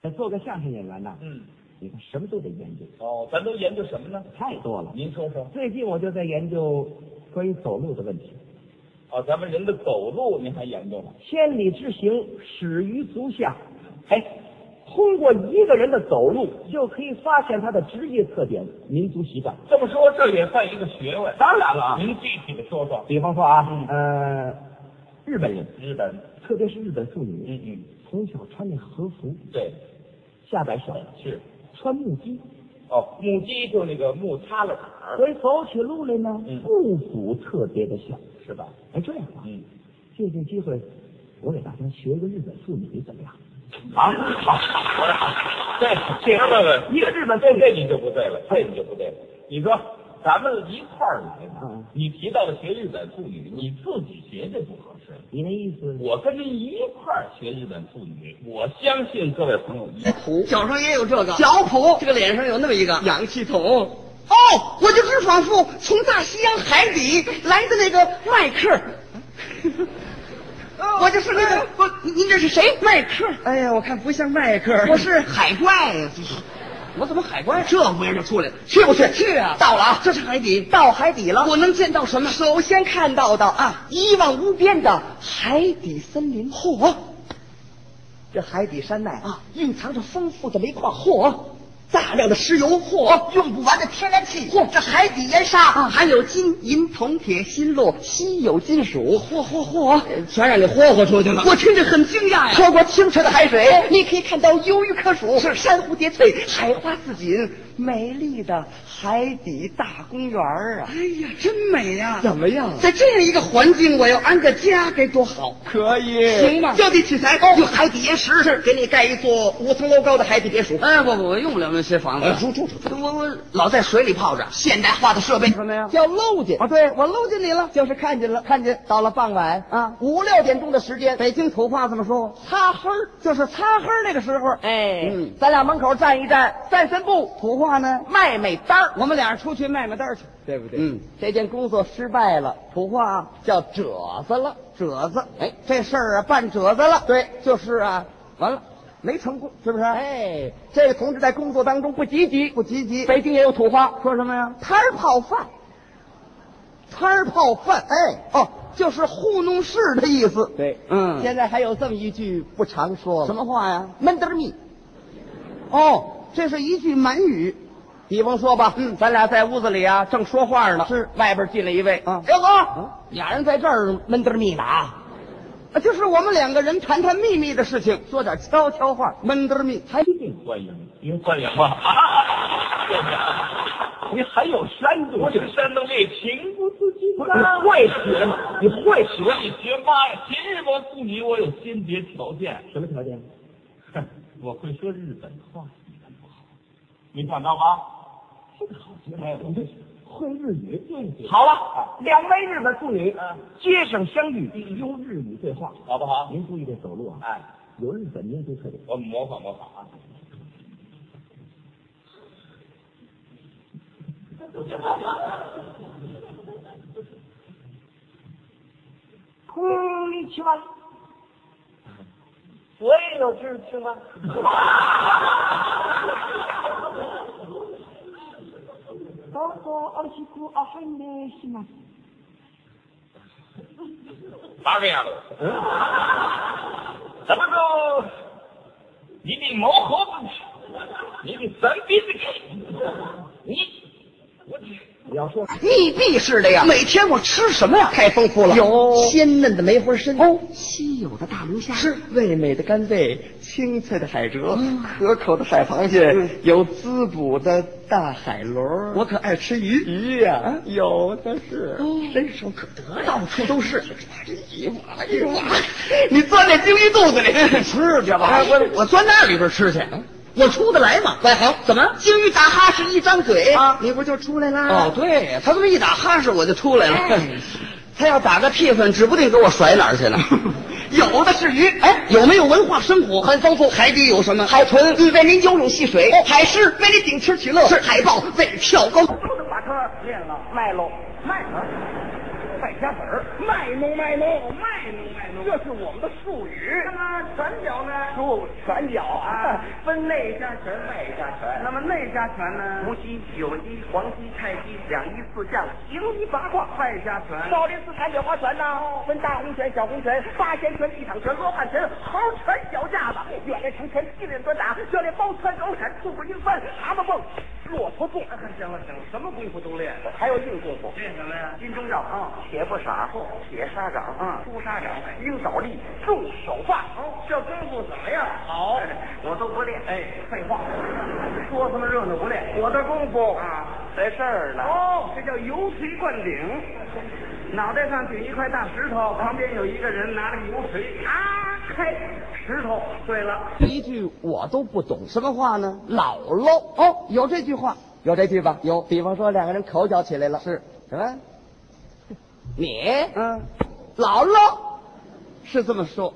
想做个相声演员呐，嗯，你看什么都得研究，哦，咱都研究什么呢？太多了。您说说。最近我就在研究关于走路的问题。哦，咱们人的走路您还研究呢？千里之行，始于足下。哎，通过一个人的走路，就可以发现他的职业特点、民族习惯。这么说，这也算一个学问。当然了啊您具体的说说。比方说啊，呃，日本人，日本，特别是日本妇女，嗯嗯，从小穿那和服，对，下摆小，是。穿木屐，哦，母鸡就那个木擦了杆儿，所以走起路来呢嗯，步幅特别的小。是吧？哎，这样啊，嗯，借这机会，我给大家学一个日本妇女怎么样？啊，好，好，对，这不不，一个日本这这你就不对了，这你就不对了。你说咱们一块儿来的嗯，你提到了学日本妇女，你自己学这不合适。你那意思？我跟您一块儿学日本妇女，我相信各位朋友一谱，小时候也有这个小谱，这个脸上有那么一个氧气筒。哦，我就只仿佛从大西洋海底来的那个麦克。我就是那个，哦哎我您这是谁？麦克。哎呀，我看不像麦克，我是海怪呀、我怎么海关这模样就出来了？去不去？去啊！到了啊！这是海底，到海底了。我能见到什么？首先看到的啊，一望无边的海底森林。嚯、这海底山脉啊，蕴藏着丰富的煤矿，嚯！大量的石油，嚯！用不完的天然气，嚯！这海底盐沙啊，含有金银铜铁锌铬稀有金属，嚯嚯嚯！全让你霍霍出去了。我听着很惊讶呀。喝过清澈的海水，你可以看到鱿鱼可数，是珊瑚叠翠，海花似锦，美丽的海底大公园啊！哎呀，真美呀、怎么样？啊在这样一个环境，我要安个家该多好！可以行吗？就地取材，用海底岩石是给你盖一座五层楼高的海底别墅。哎，不不，我用不了那些房子。哎住住住！我我老在水里泡着，现代化的设备什么呀？叫漏进啊！对，我漏进你了，就是看见了，看见。到了傍晚啊，五六点钟的时间，北京土话怎么说？擦黑儿，就是擦黑儿那个时候。哎，嗯，咱俩门口站一站，散散步。土话呢，卖卖单儿。我们俩人出去卖卖单儿去，对不对？嗯，这件工作失败了，土话叫褶子了。褶子，哎，这事儿啊办褶子了。对，就是啊，完了。没成功，是不是？哎，这个同志在工作当中不积极，不积极。北京也有土话，说什么呀？摊儿泡饭，摊儿泡饭，哎，哦，就是糊弄事的意思。对嗯，现在还有这么一句不常说了，什么话呀？闷得儿密。哦，这是一句满语。比方说吧，嗯，咱俩在屋子里啊，正说话呢，是外边进来一位啊刘哥，俩人在这儿闷得儿密呢啊。啊就是我们两个人谈谈秘密的事情，说点悄悄话，闷得儿密。还一定欢迎，您欢迎啊吗？您还有山东，我有山东这情不自禁不是你会学吗？你会学？你学妈呀！其实我妇女我有先决条件，什么条件？哼我会说日本话，你看不好，没想到吧？这个好学哎，我这会日语，好了，啊两位日本妇女嗯街上相遇，用日语对话。好不好？您注意这走路啊，哎，有日本民族特点。我模仿模仿啊。こ嗯んにちは。嗯我也有日语吗？どうぞよろしくお願いします。八个样了。怎么着？你得毛猴子，你得三鼻子，你我你要说密闭式的呀。每天我吃什么呀？太丰富了，有鲜嫩的梅花参，哦，稀有的大龙虾，是味哦美的干贝，清脆的海蜇，可口的海螃蟹，有滋补的大海螺。嗯我可爱吃鱼，鱼呀，有的是，伸手可得，到处都是。哎一挖一挖，你钻那鲸鱼肚子里吃去吧。嗯我我钻那里边吃去。我出得来吗？外行怎么？鲸鱼打哈欠一张嘴啊，你不就出来啦？哎哦，对，他这么一打哈欠，我就出来了。 他要打个屁粉，指不定给我甩哪儿去了。 有的是鱼，哎，有没有文化生活很丰富？海底有什么？海豚，嗯，为您游泳戏水；海狮为您顶吃取乐；是海豹为你跳把高。车练了，卖喽，卖了，败家子儿，卖弄卖弄卖弄卖弄。这是我们的术语。那么拳脚呢？术拳脚啊，分内家拳、外家拳。那么内家拳呢？伏击、九击、黄击、太击、两仪四象、行医八卦。外家拳，少林寺、砍脚花拳呐，哦分大红拳、小红拳、八仙拳、地躺拳、罗汉拳、猴拳、脚架子、远练长拳、地练短打、热练包拳、狗闪、兔步鹰翻、蛤蟆蹦、骆驼洞。啊行了行了，什么功夫都练，还有硬功夫。练什么呀？金钟罩啊，铁布傻，铁砂掌啊，朱砂掌，鹰爪力，重手法。这功夫怎么样？好， 我都不练。哎，废话， 说什么热闹不练？我的功夫啊，在这儿呢。哦，这叫油锤灌顶。 脑袋上顶一块大石头，旁边有一个人拿着个油锤，啊，开石头。对了，一句我都不懂，什么话呢？姥姥哦，有这句话，有这句吧？有，比方说两个人口角起来了，是什么？你嗯，姥姥是这么说，